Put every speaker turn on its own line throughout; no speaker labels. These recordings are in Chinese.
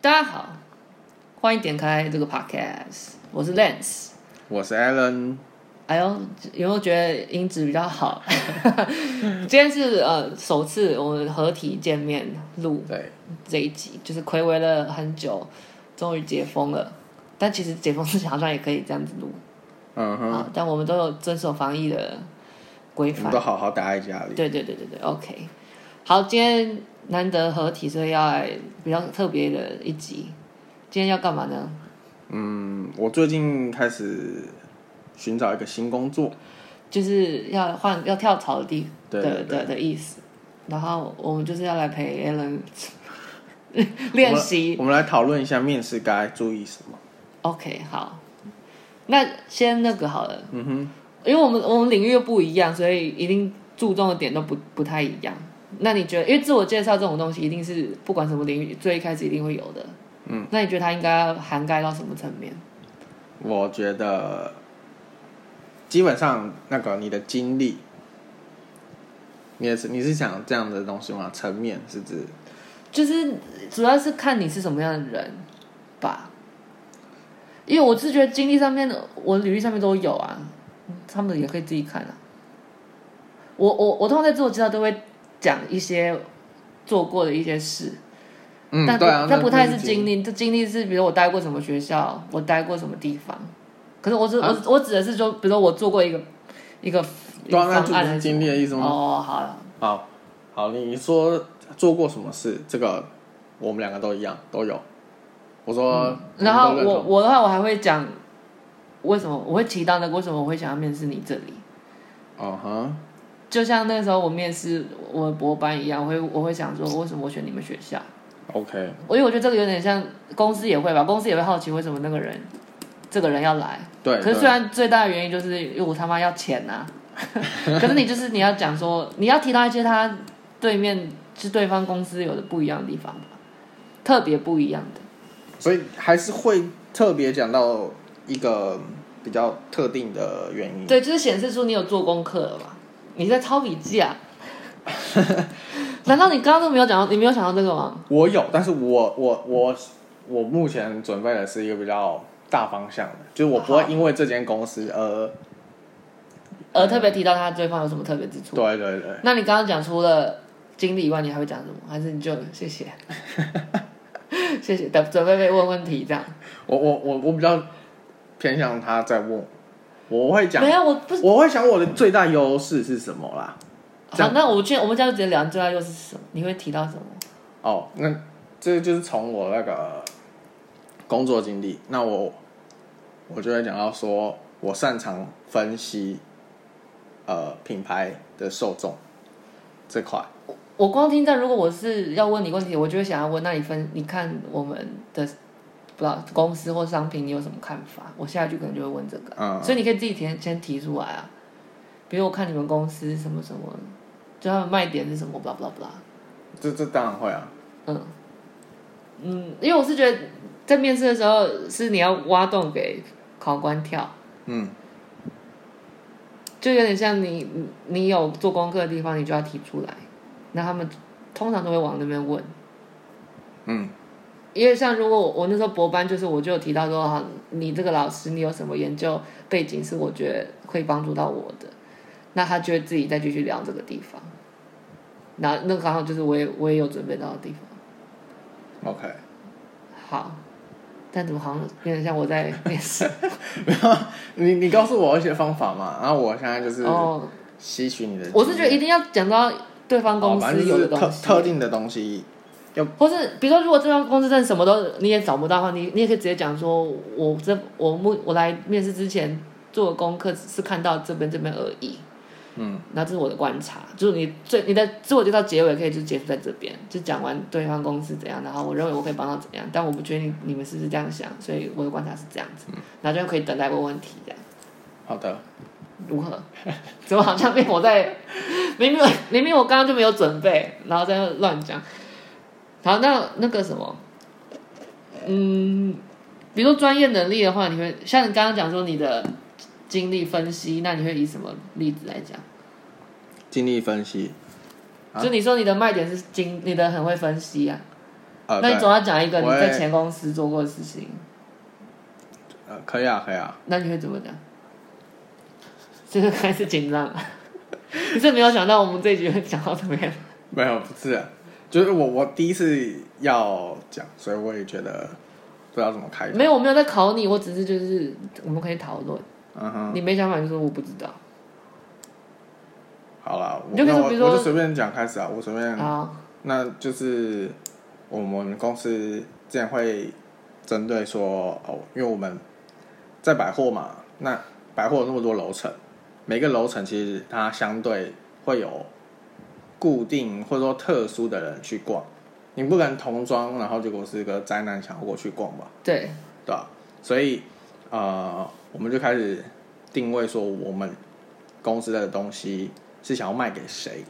大家好，欢迎点开这个 podcast，我是 Lance。
我是 Alan，
哎呦，有没有觉得音质比较好？今天是呃首次我们合体见面录
对，
这一集，就是暌违了很久，终于解封了。但其实解封之前好像也可以这样子录、
嗯哼，
啊，但我们都有遵守防疫的规
我
范
们。都好好待在家里，
对对对对对，OK。好，今天难得合体，所以要来比较特别的一集。今天要干嘛呢？
嗯，我最近开始寻找一个新工作，
就是要换要跳槽的地
对
的的的意思。然后我们就是要来陪 Alan 练习。
我们来讨论一下面试该注意什么。
OK，好。那先那个好了，
嗯哼，
因为我们我们领域又不一样，所以一定注重的点都不不太一样。那你觉得，因为自我介绍这种东西，一定是不管什么领域，最一开始一定会有的。嗯，那你觉得它应该涵盖到什么层面？
我觉得基本上那个你的经历，你也是你是想这样的东西吗？层面是指
就是主要是看你是什么样的人吧。因为我是觉得经历上面，我履历上面都有啊，他们也可以自己看啊。我我我通常在自我介绍都会讲一些做过的一些事，
嗯
但，不
对啊，
但不太
是
是经历，这经历是比如我待过什么学校，我待过什么地方。可是我只、
啊
我我指的是就比如说我做过一个一个一
对
个
啊，那
方
就
案还
不是
是什
经历
么
的意思吗？
哦，好了，
好，好，你说做过什么事？这个我们两个都一样，都有。我说，
嗯然后
我们都认
我
同
我的话，我还会讲为什么我会提到那个为什么我会想要面试你这里。
嗯哼，
就像那时候我面试我的博班一样，我会我会想说为什么我选你们学校？
OK，
我因为我觉得这个有点像公司也会吧，公司也会好奇为什么那个人这个人要来。
对，
可是
对
虽然最大的原因就是因为我他妈要钱呐、可是你就是你要讲说你要提到一些他对面是对方公司有的不一样的地方吧，特别不一样的。
所以还是会特别讲到一个比较特定的原因。
对，就是显示出你有做功课了嘛？你在抄笔记 啊？难道你刚刚都没有讲到？你没有想到这个吗？
我有，但是我我我我目前准备的是一个比较大方向的，就是我不会
好
因为这间公司而
而特别提到他对方有什么特别之处？
嗯对对对，
那你刚刚讲除了经历以外，你还会讲什么？还是你就谢 谢，谢谢，等准备被问问题这样？
我我我我比较偏向他在问我，我会讲
没，有，我不是。
我会想我的最大优势是什么啦。这
好，那我们今天我们这样就直接聊，你最大优势是什么？你会提到什么？
哦，那这就是从我那个工作经历，那我我就会讲到说，我擅长分析呃品牌的受众这块。
我光听到，如果我是要问你问题，我就会想要问，那你分你看我们的不知道公司或商品，你有什么看法？我下一句可能就会问这个，
嗯
所以你可以自己先先提出来啊。比如我看你们公司什么什么，就他们卖点是什么，blah blah blah。
这这当然会啊，
嗯嗯，因为我是觉得在面试的时候是你要挖洞给考官跳，
嗯，
就有点像你你你有做功课的地方，你就要提出来，那他们通常都会往那边问。
嗯，
因为像如果我我那时候博班，就是我就有提到说，哈，你这个老师你有什么研究背景是我觉得可以帮助到我的，那他就会自己再继续聊这个地方。那那刚好就是我也我也有准备到的地方。
OK，
好，但怎么好像有点像我在面试？
你你告诉我一些方法嘛，然后我现在就是
哦，
吸取你的经验，
我是觉得一定要讲到对方
哦
公
反正
司
就
有
是
的
特
东西，
特定的东西，
或是比如说，如果这方公司真的什么都你也找不到的话，你你也可以直接讲说，我这我目我来面试之前做的功课只是看到这边这边而已。
嗯，
那这是我的观察，就是你最你的自我介绍结尾可以就结束在这边，就讲完对方公司怎样，然后我认为我可以帮到怎样，但我不确定你们是不是这样想，所以我的观察是这样子，然后就可以等待问问题这样。
好的，
如何？ 怎么好像被我在？ 明明我明明我刚刚就没有准备，然后在那乱讲。好，那那个什么，嗯，比如说专业能力的话，你会像你刚刚讲说你的经历分析，那你会以什么例子来讲？
经历分析，啊
就你说你的卖点是经，你的很会分析啊，
呃，
那你
对，
总要讲一个你
我
在
会
前公司做过的事情，
呃，可以啊，可以啊，
那你会怎么讲？ 这个开始紧张了， 你是没有想到我们这一局会讲到怎么样？
没有，不是，啊就是我我第一次要讲，所以我也觉得不知道怎么开头。
没有，我没有在考你，我只是就是我们可以讨论。
嗯哼，
你没想法就说我不知道
好啦，我
你就可以
那
说
我
比如说
我就随便讲开始啊，我随便，
啊，
那就是我们公司之前会针对说哦，因为我们在百货嘛，那百货有那么多楼层，每个楼层其实它相对会有固定或者说特殊的人去逛，你不可能童装，然后结果是个宅男想要过去逛吧。
对，
对吧、所以呃，我们就开始定位说我们公司的东西是想要卖给谁，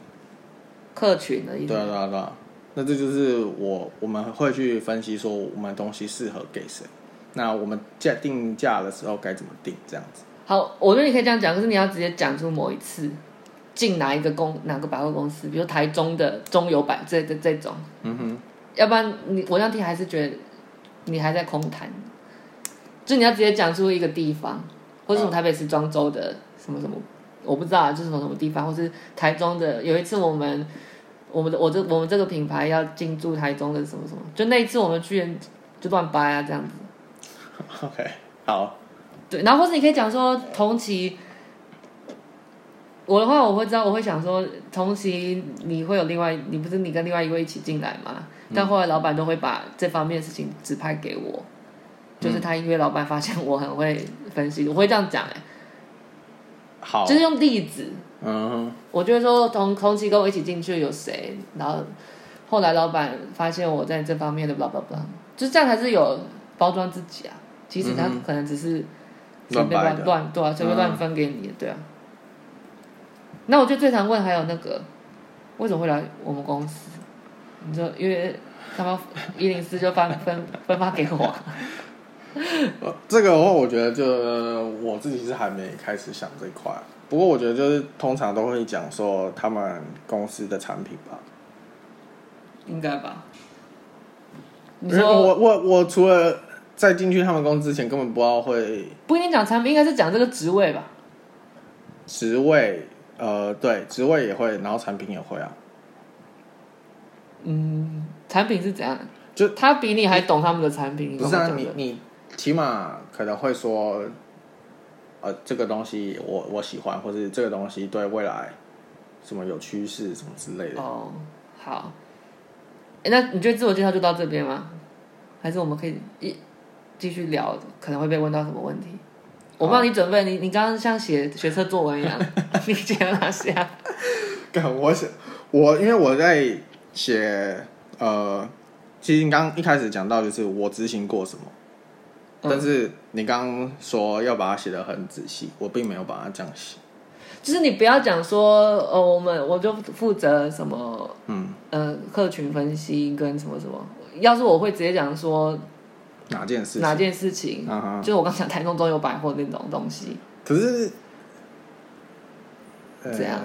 客群的意
对啊
思。
对啊对啊。那这就是我我们会去分析说我们的东西适合给谁，那我们价定价的时候该怎么定这样子。
好，我觉得你可以这样讲，可是你要直接讲出某一次进哪一个公哪个百货公司，比如台中的中友百这这这种，
嗯哼，
要不然你我这样听还是觉得你还在空谈，就你要直接讲出一个地方，或者什么台北市庄周的什么什么，我不知道啊，就是什么什么地方，或是台中的。有一次我们我们的我这我们这个品牌要进驻台中的什么什么，就那一次我们去就乱掰啊这样子。
，OK，好，
对，然后或者你可以讲说同期。我的话，我会知道，我会想说，同期你会有另外，你不是你跟另外一位一起进来吗？但
嗯
后来老板都会把这方面的事情指派给我，
嗯
就是他因为老板发现我很会分析，我会这样讲、欸，
好
就，是用例子，
嗯哼，
我就会说同同期跟我一起进去有谁，然后后来老板发现我在这方面的 blah blah blah，就是这样才是有包装自己啊，其实他
嗯哼
可能只是。随
乱
便
掰
乱
的，嗯
乱对啊，随便乱分给你的，对啊。那我就最常问还有那个，为什么会来我们公司？你说因为他们一零四就分分分发给我 啊，
呃这个的话，我觉得就我自己是还没开始想这一块，啊不过我觉得就是通常都会讲说他们公司的产品吧。
应该吧？你
因为我
说
我我除了在进去他们公司之前，根本不知道会
不一定讲产品，应该是讲这个职位吧？
职位，呃，对，职位也会，然后产品也会啊。
产品是怎样？
就
他比你还懂他们的产品，你
不
懂
是
我
啊，
讲
你
的？
你起码可能会说，呃，这个东西我我喜欢，或者这个东西对未来什么有趋势什么之类的。
哦，好。诶那你觉得自我介绍就到这边吗？还是我们可以一继续聊，可能会被问到什么问题？我帮你准备，你你刚刚像写学测作文一样，你写了哪些啊？
干，我想我因为我在写呃，其实你刚一开始讲到就是我执行过什么，
嗯
但是你刚刚说要把它写得很仔细，我并没有把它这样写。
就是你不要讲说，呃，我们我就负责什么，
嗯，
呃，客群分析跟什么什么。要是我会直接讲说
哪件事
哪
情？
件事情，
啊哈
就是我刚讲台中中有百货那种东西，
可是，
这样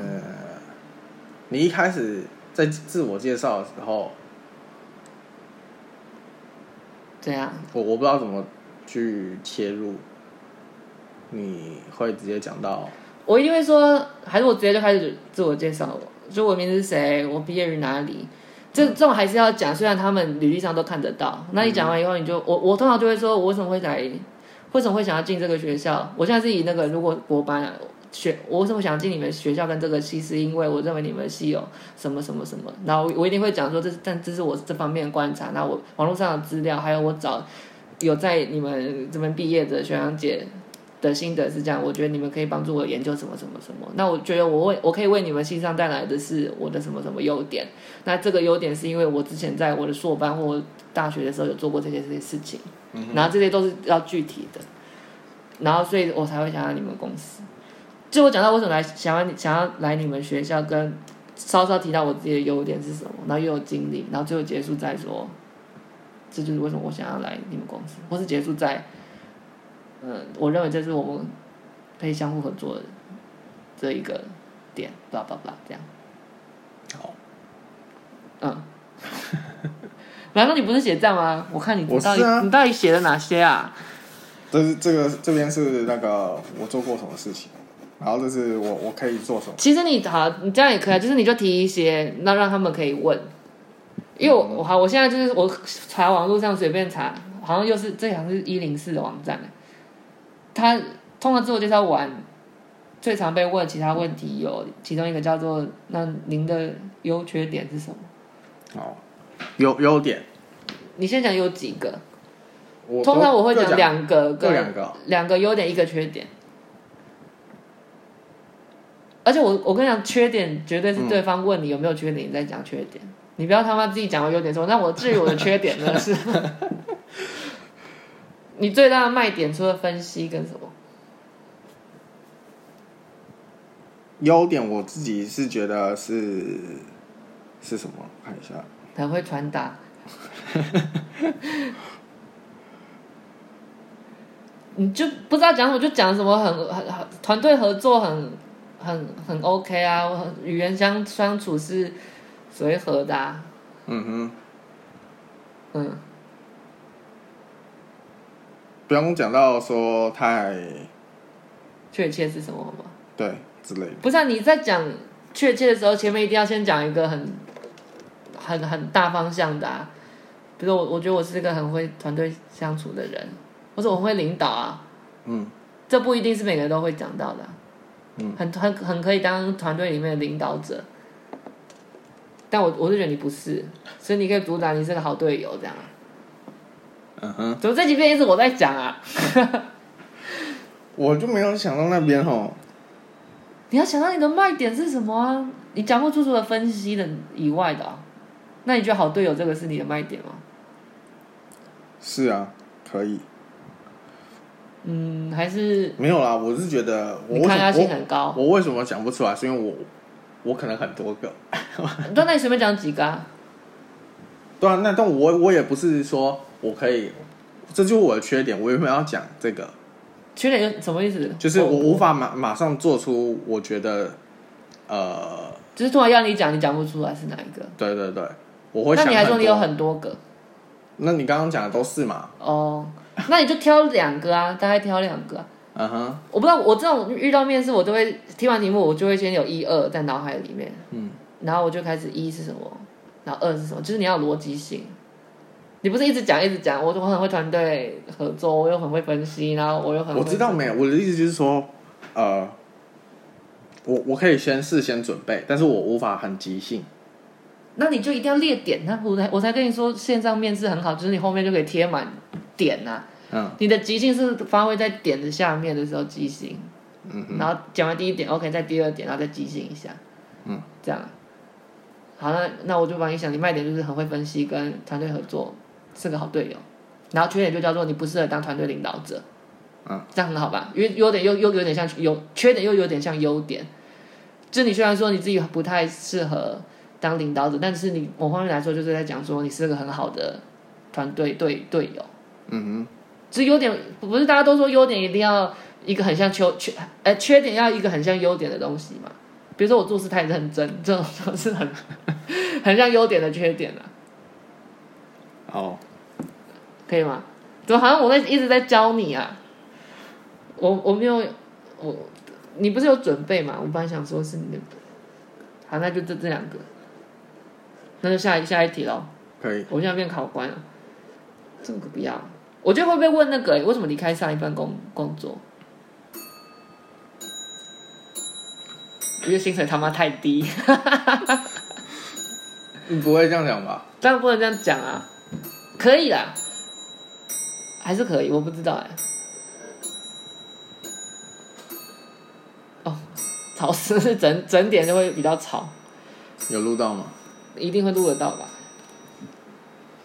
你一开始在自我介绍的时候，
这样。
我我不知道怎么去切入，你会直接讲到
我一定会说，还是我直接就开始自我介绍我，就我名字是谁，我毕业于哪里，这这种还是要讲，虽然他们履历上都看得到。那你讲完以后，你就我我通常就会说，我为什么会来，为什么会想要进这个学校？我现在是以那个如果国班啊学，我为什么想进你们学校跟这个系，是因为我认为你们系有什么什么什么，然后我我一定会讲说这是，但这是我这方面的观察，那我网络上的资料，还有我找有在你们这边毕业的学长姐的心得是这样，我觉得你们可以帮助我研究什么什么什么。那我觉得我为我可以为你们系上带来的是我的什么什么优点。那这个优点是因为我之前在我的硕班或大学的时候有做过这些这些事情，然后这些都是要具体的，然后所以我才会想要你们公司。就我讲到为什么来想要你想要来你们学校，跟稍稍提到我自己的优点是什么，然后又有经历，然后最后结束再说，这就是为什么我想要来你们公司，或是结束在。嗯，我认为这是我们可以相互合作的这一个点，blah blah blah，这样。
好，
嗯，难嗯道你不是写账吗？我看你
我
你
是
到底、
啊
你到底写了哪些啊？
这是这个这边是那个我做过什么事情，然后这是我我可以做什么。
其实你好，你这样也可以啊，就是你就提一些，那让他们可以问。因为我我好，我现在就是我查网络上随便查，好像又是这好像是一零四的网站，他通常自我介绍完，最常被问其他问题有其中一个叫做“那您的优缺点是什么
哦，优优点，”？
你先讲有几个？
我
通常我会
各
讲两个
各
跟
两个哦，
两个优点，一个缺点。而且我我跟你讲，缺点绝对是对方问你有没有缺点，你再讲缺点。你不要他妈自己讲完优点说，那我至于我的缺点呢是，你最大的卖点除了分析跟什么？
优点我自己是觉得是是什么？看一下，
很会传达。你就不知道讲什么，就讲什么很很很团队合作很很很 OK 啊，我很与人相相处是随和的、啊，
嗯
嗯，
哼，不用讲到说太
确切是什么吗？
对之类的。
不是、啊、你在讲确切的时候，前面一定要先讲一个很很很大方向的、啊，比如我我觉得我是一个很会团队相处的人，或者我很会领导啊，
嗯，
这不一定是每个人都会讲到的啊、
嗯
很很很可以当团队里面的领导者，但我我是觉得你不是，所以你可以主打你是个好队友这样啊。
嗯哼，
怎么这几遍一直我在讲啊？
我就没有想到那边吼。
你要想到你的卖点是什么啊？你讲不出除了分析的以外的、啊，那你觉得好队友这个是你的卖点吗？
是啊，可以，
嗯，还是
没有啦。我是觉得我
你
为
抗压
什
性
么
很高？
我我为什么讲不出来，是因为我我可能很多个。
那那你随便讲几个、啊？
对啊，那但我我也不是说我可以，这就是我的缺点。我原本要讲这个，
缺点有什么意思？
就是我无法马马上做出我觉得，呃，
就是突然要你讲，你讲不出来是哪一个？
对对对，我会
那
想。
你还说你有，很多个
那你刚刚讲的都是嘛？
哦，那你就挑两个啊，大概挑两个啊、
嗯哼，
我不知道，我这种遇到面试，我都会听完题目，我就会先有一二在脑海里面，
嗯，
然后我就开始一是什么，然后二是什么，就是你要有逻辑性。你不是一直讲一直讲，我我很会团队合作，我又很会分析，然后我又很会
我知道没有，我的意思就是说，呃，我我可以先事先准备，但是我无法很即兴。
那你就一定要列点，那我才我才跟你说线上面试很好，就是你后面就可以贴满点呐、啊
嗯
你的即兴是发挥在点的下面的时候即兴，
嗯
然后讲完第一点，OK，再第二点，然后再即兴一下，
嗯，
这样。好，那那我就帮你想，你卖点就是很会分析，跟团队合作，是个好队友。然后缺点就叫做你不适合当团队领导者，
嗯，
这样很好吧？因为优点又又有点像优，缺点又有点像优点。就是你虽然说你自己不太适合当领导者，但是你某方面来说，就是在讲说你是个很好的团队队队友。
嗯
只优点不是大家都说优点一定要一个很像缺缺，呃，缺点要一个很像优点的东西嘛？比如说我做事太认真，这种就是很 很像优点的缺点啊，
哼，哦，
可以吗？怎么好像我在一直在教你啊？我我没有我，你不是有准备嘛？我本来想说是你的，好，那就这这两个，那就下一下一题喽。
可以。
我现在变考官了，这个不要。我就会被问那个、欸为什么离开上一份工工作？因为薪水他妈太低，
你不会这样讲吧？
当然不能这样讲啊。可以啦，还是可以，我不知道哎、哦，吵死 是整整点就会比较吵。
有录到吗？
一定会录得到吧？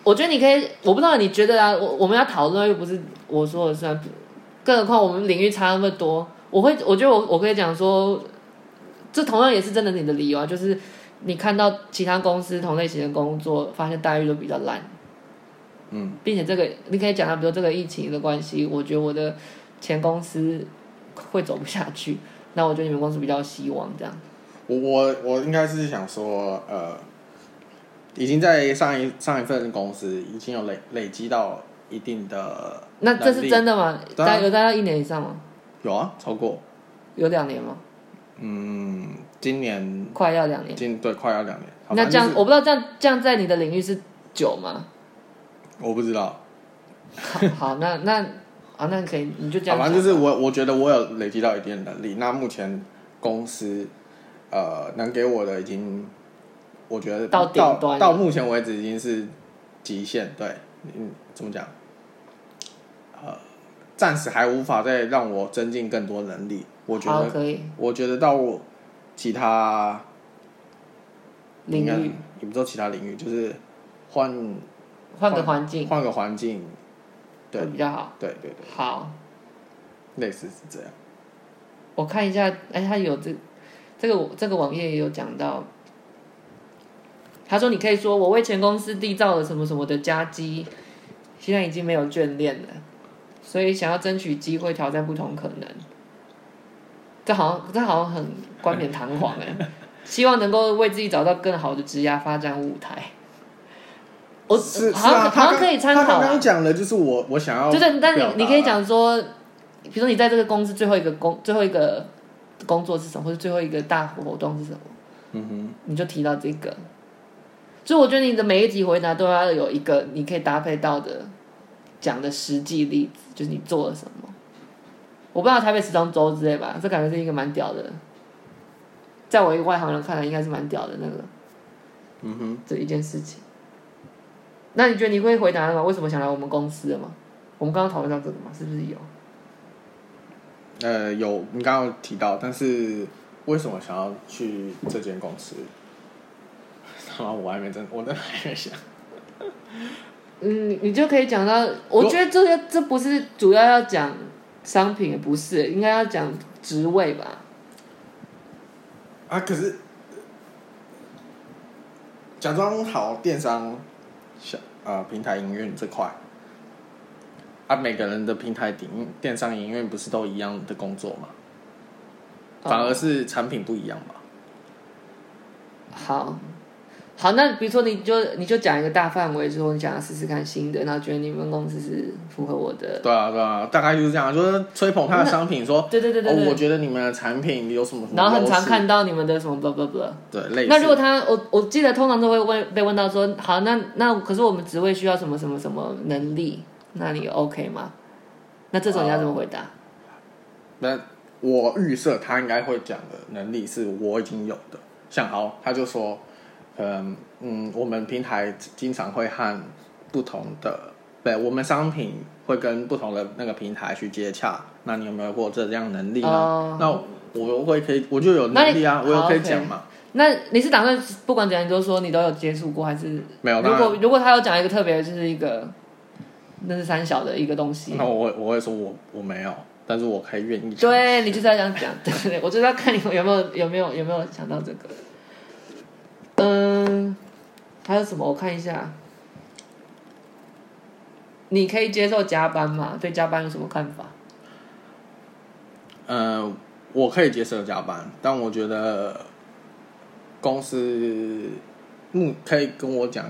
我觉得你可以，我不知道你觉得啊，我我们要讨论又不是我说了算，更何况我们领域差那么多，我会我觉得我我可以讲说，这同样也是真的你的理由啊，就是你看到其他公司同类型的工作，发现待遇都比较烂，
嗯，
并且这个你可以讲到，比如这个疫情的关系，我觉得我的前公司会走不下去，那我觉得你们公司比较有希望这样。
我我我应该是想说，呃，已经在上一上一份公司已经有累累积到一定的
那这是真
的
的吗？
对啊
待有待到一年以上吗？
有啊，超过
有两年吗？
嗯，今年
快要两年。
今对快要两年，好
那
反正
这样
就，是
我不知道这样这样在你的领域是久吗？
我不知道，
好，好，那那啊，那可以，你就这
好
样
吧，
讲。
就是我我觉得我有累积到一定的能力。那目前公司呃能给我的已经，我觉得
到顶
到
端了
到目前为止已经是极限。对，嗯，怎么讲？呃，嗯暂时还无法再让我增进更多能力。我觉
好，
得，
可以
我觉得到我其他
领
应该
域
也不说其他领域，就是换
换个环境
换个环境，对
会比较好。
对对对，
好，
类似是这样。
我看一下，哎，他有这这个这个网页也有讲到，他说你可以说我为前公司缔造了什么什么的佳绩，现在已经没有眷恋了，所以想要争取机会挑战不同可能。 这好像这好像很冠冕堂 皇哎，希望能够为自己找到更好的职涯发展舞台。我
是是
好像
啊，
好
他
像可以参考
他刚
啊
刚讲的就是我我想要
就
表达的，
是，但你你可以讲说，比如说你在这个公司最后一个工最后一个工作是什么，或者最后一个大活动是什么，
嗯
你就提到这个。所以我觉得你的每一题回答都要有一个你可以搭配到的讲的实际例子，就是你做了什么。我不知道台北时装周之类吧，这感觉是一个蛮屌的，在我一个外行人看来应该是蛮屌的那个
哼，嗯哼，
这一件事情。那你觉得你会回答的吗？为什么想来我们公司的吗？我们刚刚讨论到这个嘛，是不是有？
呃，有你刚刚有提到，但是为什么想要去这间公司？ 啊，我还没真，我真的还没想。
嗯，你你就可以讲到，我
如
觉得这个这不是主要要讲商品，也不是应该要讲职位吧？
啊，可是假装好电商，小呃平台营运这块，啊每个人的平台顶电商营运不是都一样的工作吗？反而
哦
是产品不一样吧？
好，好，那比如说你就你就讲一个大范围，说你想要试试看新的，然后觉得你们公司是符合我的，
对啊对啊，大概就是这样，就是吹捧他的商品说，
对对对对
哦，
对，
我觉得你们的产品有什么什么
然后很常
优势
看到你们的什么 blah blah blah。
对类似。
那如果他，我我记得通常都会问被问到说，好，那那可是我们职位需要什么什么什么能力，那你 OK 吗？那这种你要怎么回答？
那嗯我预设他应该会讲的能力是我已经有的，像好，他就说，嗯嗯，我们平台经常会和不同的，对，我们商品会跟不同的那个平台去接洽，那你有没有过这样能力呢？
哦
那我会可以，我就有能力啊，
那
我
你
有可
好
以
，OK
讲嘛，
那你是打算不管怎样，你都说你都有接触过，还是
没有，
如
当然
果如果他有讲一个特别，就是一个那是三小的一个东西
那，我会我会说我我没有，但是我可以愿意哦讲。
嗯对你就是要这样讲， 对对，我就是要看你有没有有没有有没有想到这个。嗯，还有什么？我看一下。你可以接受加班吗？对加班有什么看法？
呃，我可以接受加班，但我觉得公司目可以跟我讲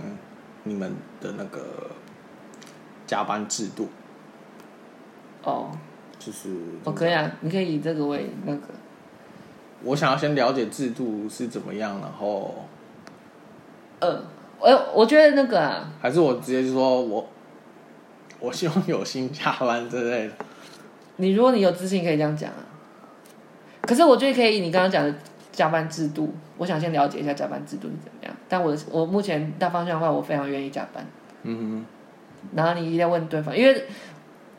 你们的那个加班制度，
哦，
就是
我可以啊，你可以以这个为那个。
我想要先了解制度是怎么样，然后
呃，我我觉得那个啊，
还是我直接就说我我希望有薪加班之类的。
你如果你有自信，可以这样讲啊。可是我觉得可以，你刚刚讲的加班制度，我想先了解一下加班制度是怎么样。但我的我目前大方向的话，我非常愿意加班。
嗯
然后你一定要问对方，因为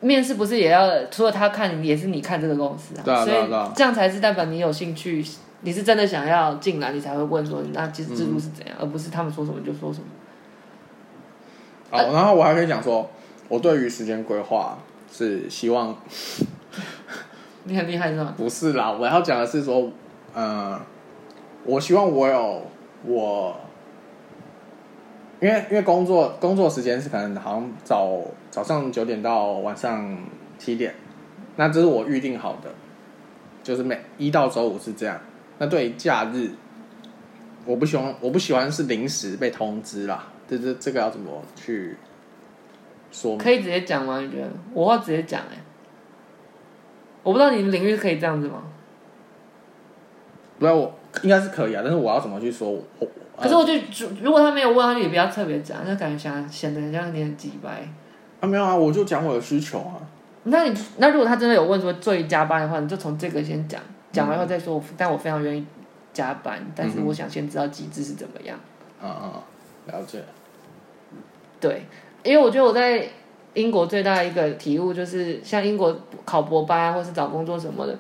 面试不是也要除了他看你，也是你看这个公司啊，
对啊
所以
对啊对啊
这样才是代表你有兴趣，你是真的想要进来，你才会问说那其实制
嗯
度是怎样，而不是他们说什么就说什么。
哼，
呃
哦，然后我还可以讲说，我对于时间规划是希望
你很厉害是吗？
不是啦，我要讲的是说，呃，我希望我有我，因为因为工作工作时间是可能好像早早上九点到晚上七点，那这是我预定好的，就是每一到周五是这样。那对于假日，我不喜欢，我不喜欢是临时被通知啦。这这这个要怎么去说明？
可以直接讲吗？你觉得？我要直接讲哎、我不知道你们领域可以这样子吗？
不然我应该是可以啊，但是我要怎么去说？我我呃
可是我就如如果他没有问，他就也不要特别讲，那感觉想显得像有点鸡掰。
啊没有啊，我就讲我的需求啊。
那你那如果他真的有问说最加班的话，你就从这个先讲，讲完以后再说我。但我非常愿意加班，但是我想先知道机制是怎么样。
啊啊，了解。
对，因为我觉得我在英国最大的一个体悟就是，像英国考博班啊或是找工作什么的，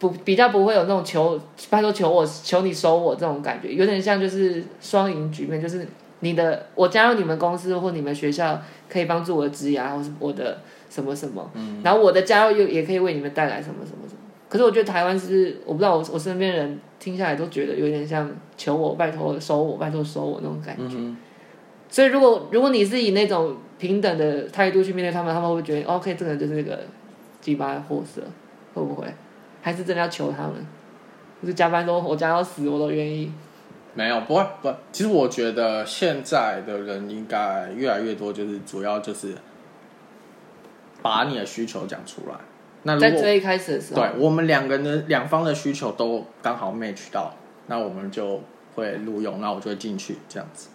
不比较不会有那种求拜托求我求你收我这种感觉，有点像就是双赢局面，就是你的我加入你们公司或你们学校可以帮助我的职涯，或是我的什么什么，然后我的加入又也可以为你们带来什么什么什么。可是我觉得台湾是，我不知道我我身边人听下来都觉得有点像求我拜托收我拜托收我那种感觉。
嗯
所以如果如果你是以那种平等的态度去面对他们，他们会觉得 OK，这个人就是那个鸡巴货色，会不会？还是真的要求他们？就是加班都我加到死我都愿意。
哼，没有，不会不会。其实我觉得现在的人应该越来越多，就是主要就是把你的需求讲出来。那如
在
果
最一开始的时候，
对我们两个人的两方的需求都刚好 match 到，那我们就会录用，那我就会进去这样子。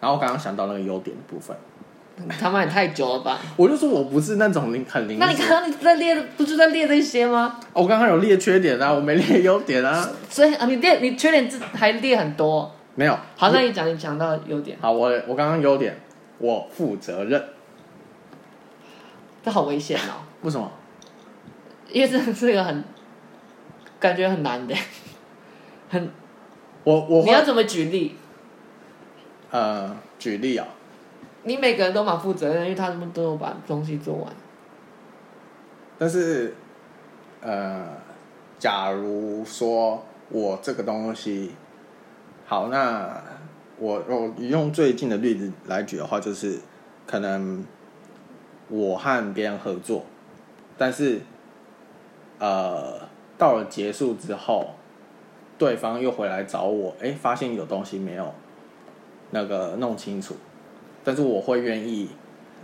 然后我刚刚想到那个优点的部分，
他妈也太久了 吧？
我就说我不是那种临很临
那你
时
刚，刚你在列的不是在列这些吗？
哦我刚刚有列缺点啊，我没列优点啊，
所以啊，你列你缺点这还列很多。
没有。
好，那你讲你讲到优点，
好，我我刚刚优点，我负责任，
这好危险哦，
为什么？
因为这是一个很感觉很难的，很
我我
你
会
要怎么举例？
呃，举例啊、
你每个人都蛮负责任，因为他们都有把东西做完。
但是，呃，假如说我这个东西，好，那我我用最近的例子来举的话，就是可能我和别人合作，但是，呃，到了结束之后，对方又回来找我，哎、发现有东西没有那个弄清楚，但是我会愿意。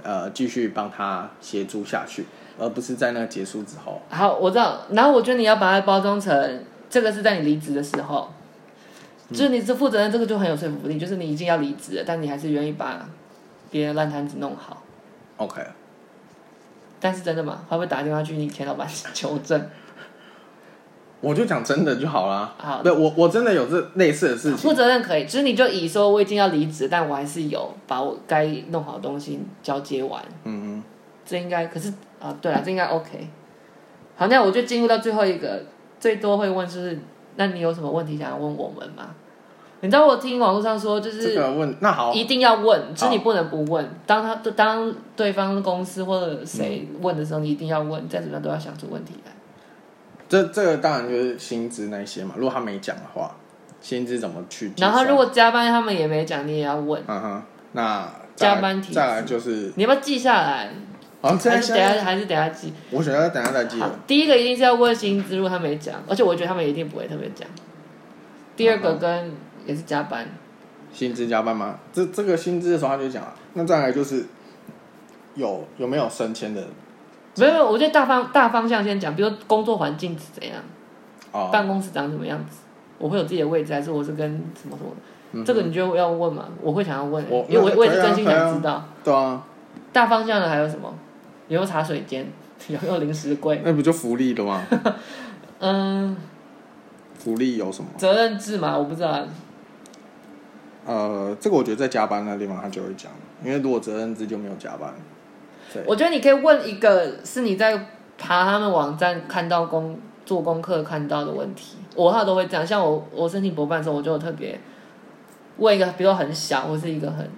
呃，继续帮他协助下去，而不是在那个结束之后。
好，我知道。然后我觉得你要把它包装成，这个是在你离职的时候，就是你是负责任，这个就很有说服力。就是你已经要离职了，但你还是愿意把别人烂摊子弄好。
OK，
但是真的吗？会不会打电话去你前老板求证？
我就讲真的就好啦。
好
对我我真的有这类似的事情。
负责任可以，就是你就以说我已经要离职，但我还是有把我该弄好的东西交接完。
嗯
这应该可是啊，对了，这应该 OK。好，那我就进入到最后一个，最多会问就是，那你有什么问题想要问我们吗？你知道我听网络上说，就
哼，这
是
个问那好，
一定要问，就是你不能不问。当他当对方公司或者谁问的时候，你一定要问，再怎么样都要想出问题来。
这这个当然就是薪资那些嘛。如果他没讲的话，薪资怎么去计算？
然后如果加班他们也没讲，你也要问，
嗯哼，那再来
加班体制
再来就是，
你要不要记下来？
好，
还
现
是等
在
下还是等下记？
我选择等下再记
好
了。，
第一个一定是要问薪资，如果他没讲，而且我觉得他们一定不会特别讲。第二个跟也是加班，
薪资加班吗？这这个薪资的时候他就讲了。那再来就是有有没有升迁的
没有没有，我觉得大方大方向先讲，比如说工作环境是怎样，
哦，
办公室长什么样子，我会有自己的位置，还是我是跟什么什么的？这个你就要问嘛？我会想要问、
嗯我
因为我我也是真心
可以啊可以啊
想知道。
对啊，
大方向的还有什么？有没有茶水间？ 有没有零食柜？
那不就福利的吗？
嗯，
福利有什么？
责任制嘛，我不知道。啊
呃，这个我觉得在加班那地方他就会讲，因为如果责任制就没有加班。对，
我觉得你可以问一个是你在爬他们网站看到功做功课看到的问题，我号都会这样。像我我申请博班的时候，我就有特别问一个，比如说很小或是一个很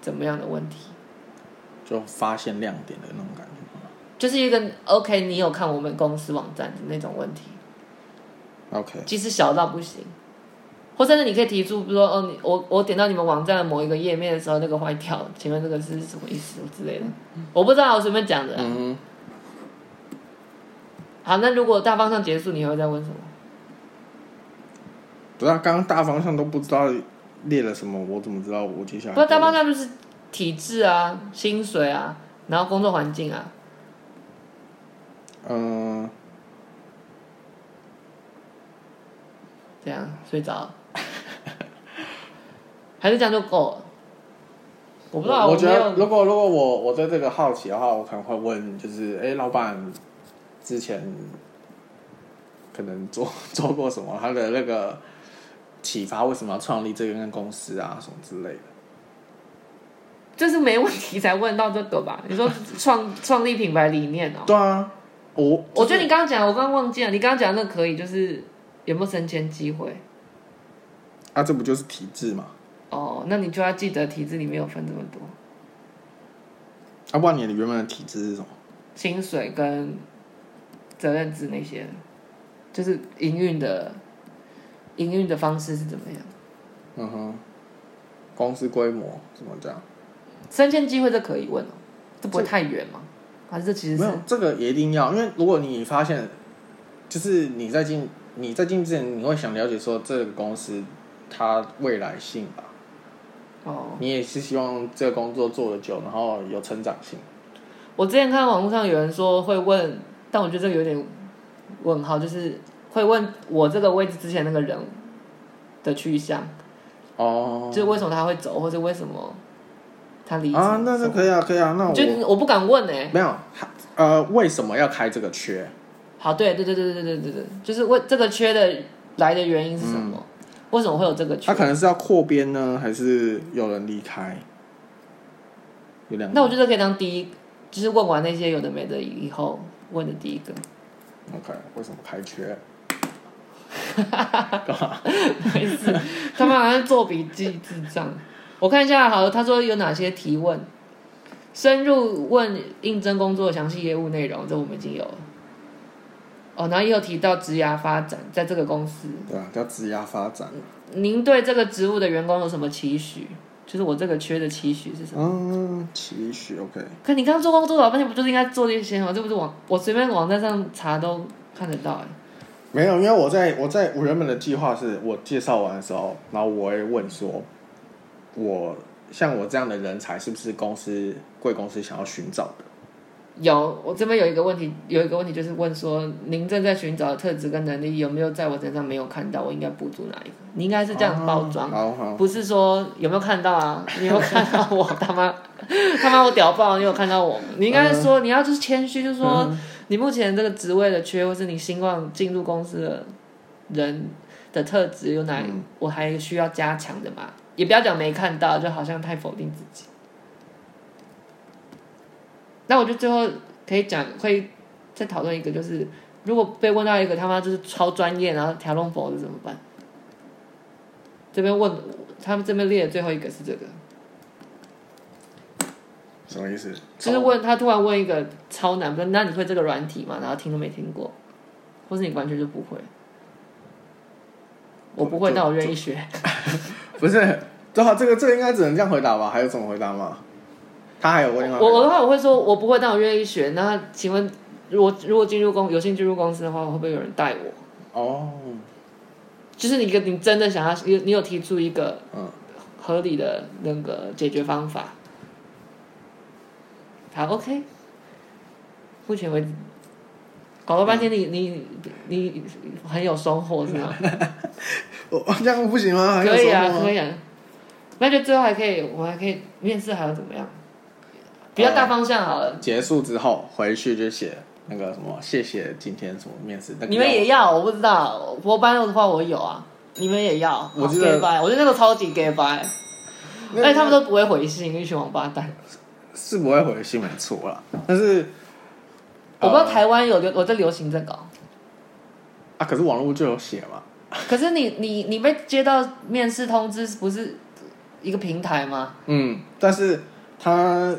怎么样的问题，
就发现亮点的那种感觉。
就是一个 OK，你有看我们公司网站的那种问题，
OK，
即使小到不行。或甚至你可以提出，比如说，哦，你我我点到你们网站的某一个页面的时候，那个坏掉了，请问这个是什么意思之类的？我不知道，我随便讲的啦。
嗯，
好，那如果大方向结束，你还会再问什么？
不是啊，刚刚大方向都不知道列了什么，我怎么知道我接下来？
不是大方向就是体制啊、薪水啊，然后工作环境啊，
嗯、
这样睡着了， 还是这样就够了？我不知道，
我
我
觉得
没有
如果如果我我对这个好奇的话，我可能会问，就是哎、诶老板之前可能做做过什么，他的那个启发为什么要创立这个公司啊，什么之类的。
就是没问题才问到这个吧？你说创 创立品牌理念哦、
对啊，我
我觉得你刚刚讲，我刚刚忘记了，你刚刚讲那个可以，就是有没有升迁机会？
啊，这不就是体制嘛？
哦，那你就要记得体制里面有分这么多，
啊，不然你的原本的体制是什么？
薪水跟责任制那些，就是营运的营运的方式是怎么样？
嗯哼，公司规模怎么讲？
升迁机会这可以问哦，这不会太远吗？还是这其实
没
是
有这个也一定要，因为如果你发现，就是你在进你在进之前，你会想了解说这个公司它未来性吧。
哦？
你也是希望这个工作做的久，然后有成长性。
我之前看网络上有人说会问，但我觉得这个有点问号，就是会问我这个位置之前那个人的去向，
哦
就是为什么他会走，或者为什么他离职
啊，那是可以啊，可以啊。那我
就我不敢问哎、
没有，呃，为什么要开这个缺？
好，对对对对对对对对，就是为这个缺的来的原因是什么？为什么会有这个缺
他？可能是要扩编呢，还是有人离开？有两
那我
种
觉得可以当第一，就是问完那些有的没的以后问的第一个。
OK，为什么开缺？
没事，他们好像做笔记，智障。我看一下，好了，他说有哪些提问，深入问应征工作的详细业务内容，这我们已经有了。哦，然后也有提到职涯发展，在这个公司，
对啊，叫职涯发展。
您对这个职务的员工有什么期许？就是我这个缺的期许是什么？
嗯，期许 OK。
可你刚做工做老半天，不就是应该做这些吗？这不是网我随便网站上查都看得到哎、
没有，因为我在我在我原本的计划是我介绍完的时候，然后我会问说，我像我这样的人才是不是公司贵公司想要寻找的？
有，我这边有一个问题，有一个问题就是问说，您正在寻找的特质跟能力有没有在我身上没有看到？我应该补足哪一个？你应该是这
哦
样包装，
好好，
不是说有没有看到啊？你有没有看到我他妈 他妈我屌爆！你有看到我？你应该说、你要就是谦虚，就是说、你目前这个职位的缺，或是你希望进入公司的人的特质有哪、我还需要加强的嘛？也不要讲没看到，就好像太否定自己。那我就最后可以讲，会再讨论一个，就是如果被问到一个他妈就是超专业，然后条龙佛的怎么办？这边问他们这边列的最后一个是这个，
什么意思？哦
就是问他突然问一个超难，说那你会这个软体吗？然后听都没听过，或是你完全就不会。我不会，
这
但我愿意学。
不是，正好这个这个应该只能这样回答吧？还有什么回答吗？他还有问另外一个
我我的话我会说我不会，但我愿意学。那请问，如果如果进入公有幸进入公司的话，会不会有人带我？
哦，
就是你跟你真的想要，你你有提出一个
嗯
合理的那个解决方法。好，OK。目前为止，搞了半
嗯
天你、你你你很有收获是吗？
我这样不行嗯吗？还有
可以啊
什，么吗
可以啊。那就最后还可以，我们还可以面试，还要怎么样？比较大方向好了。
结束之后回去就写那个什么，谢谢今天什么面试。那个
你们
要
也要？我不知道，博班的话我有啊，你们也要？
我记得
gay bye，我觉得那个超级 gay bye，
那
哎而且他们都不会回信，一群王八蛋。
是不会回信没错啦，但是
我
呃哦
不知道台湾有流，我在流行这个哦。
啊，可是网络就有写嘛。
可是你你你被接到面试通知，不是一个平台吗？
嗯，但是他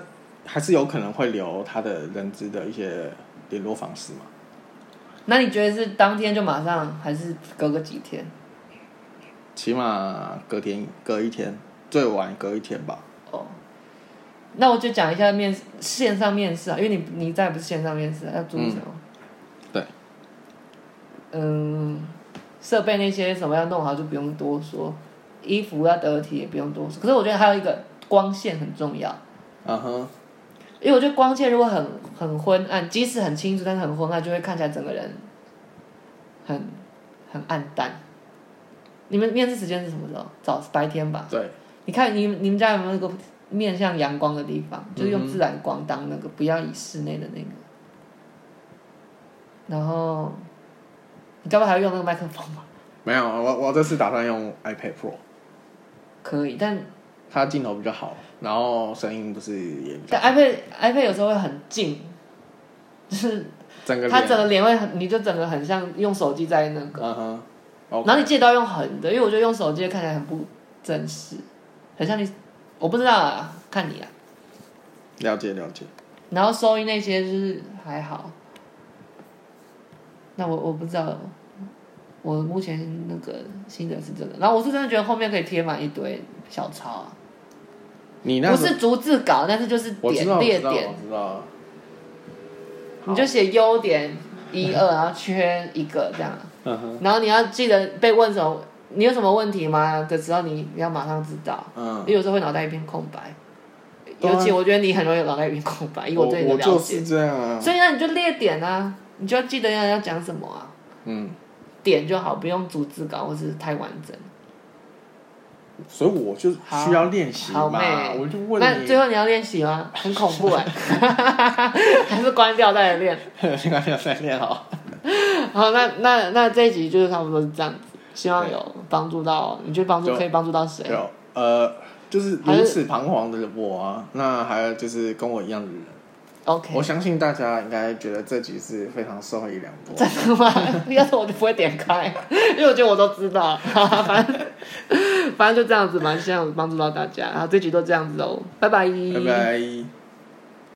还是有可能会留他的人资的一些联络方式嘛。
那你觉得是当天就马上，还是隔个几天？
起码隔天隔一天，最晚隔一天吧。
哦，那我就讲一下面试线上面试啊，因为你你在不是线上面试、啊，要注意什么？
对，
嗯，设备那些什么要弄好就不用多说，衣服要得体也不用多说。可是我觉得还有一个光线很重要，
嗯哼，
因为我觉得光线如果很很昏暗，即使很清楚，但是很昏暗，就会看起来整个人很很暗淡。你们面试时间是什么时候？早白天吧。
对，
你看你你们家有没有那个面向阳光的地方？就是
嗯
用
哼
自然光当那个，不要以室内的那个。然后，你该不会还要用那个麦克风吧？
没有，我我这次打算用 iPad Pro，
可以，但
它镜头比较好，然后声音不是也比较
但
好，
iPad iPad 有时候会很近，就是
整个
它整
脸，
个脸会很，你就整个很像用手机在那个。
嗯哼，OK，
然后你记得都要用横的，因为我觉得用手机看起来很不正式，很像你，我不知道啊，看你啊。
了解了解，
然后收音那些就是还好。那我我不知道，我目前那个心得是这个。然后我是真的觉得后面可以贴满一堆小抄啊，
你那
不
时候
是逐字稿，但是就是
我知道
点
我
列
知道
点，
我知道，好
你就写优点一二，然后缺一个这样啊。
嗯哼，
然后你要记得被问什么，你有什么问题吗的时候，你你要马上知道。
嗯
你，有时候会脑袋一片空白，
对啊
尤其我觉得你很容易脑袋一片空白，以
我
我对你的
我
了
就
解
是。这样啊，
所以呢，你就列点啊，你就要记得要要讲什么啊，
嗯，
点就好，不用逐字稿或是太完整。
所以我就需要练习
好
嘛
妹，
我就问
那
你
最，后你要练习吗？很恐怖哎、 还是关掉再来练。
没关系，再练哦好，
好，那那那这一集就是差不多是这样子，希望有帮助到，你觉得帮助
就
可以帮助到谁？
有呃，就是
还
如
是
此彷徨的我啊，那还有就是跟我一样的人。
OK，
我相信大家应该觉得这集是非常受益良多。
真的吗？要是我就不会点开，因为我觉得我都知道。 反正反正就这样子嘛，希望有帮助到大家。然后这集都这样子哦，拜拜，
拜拜。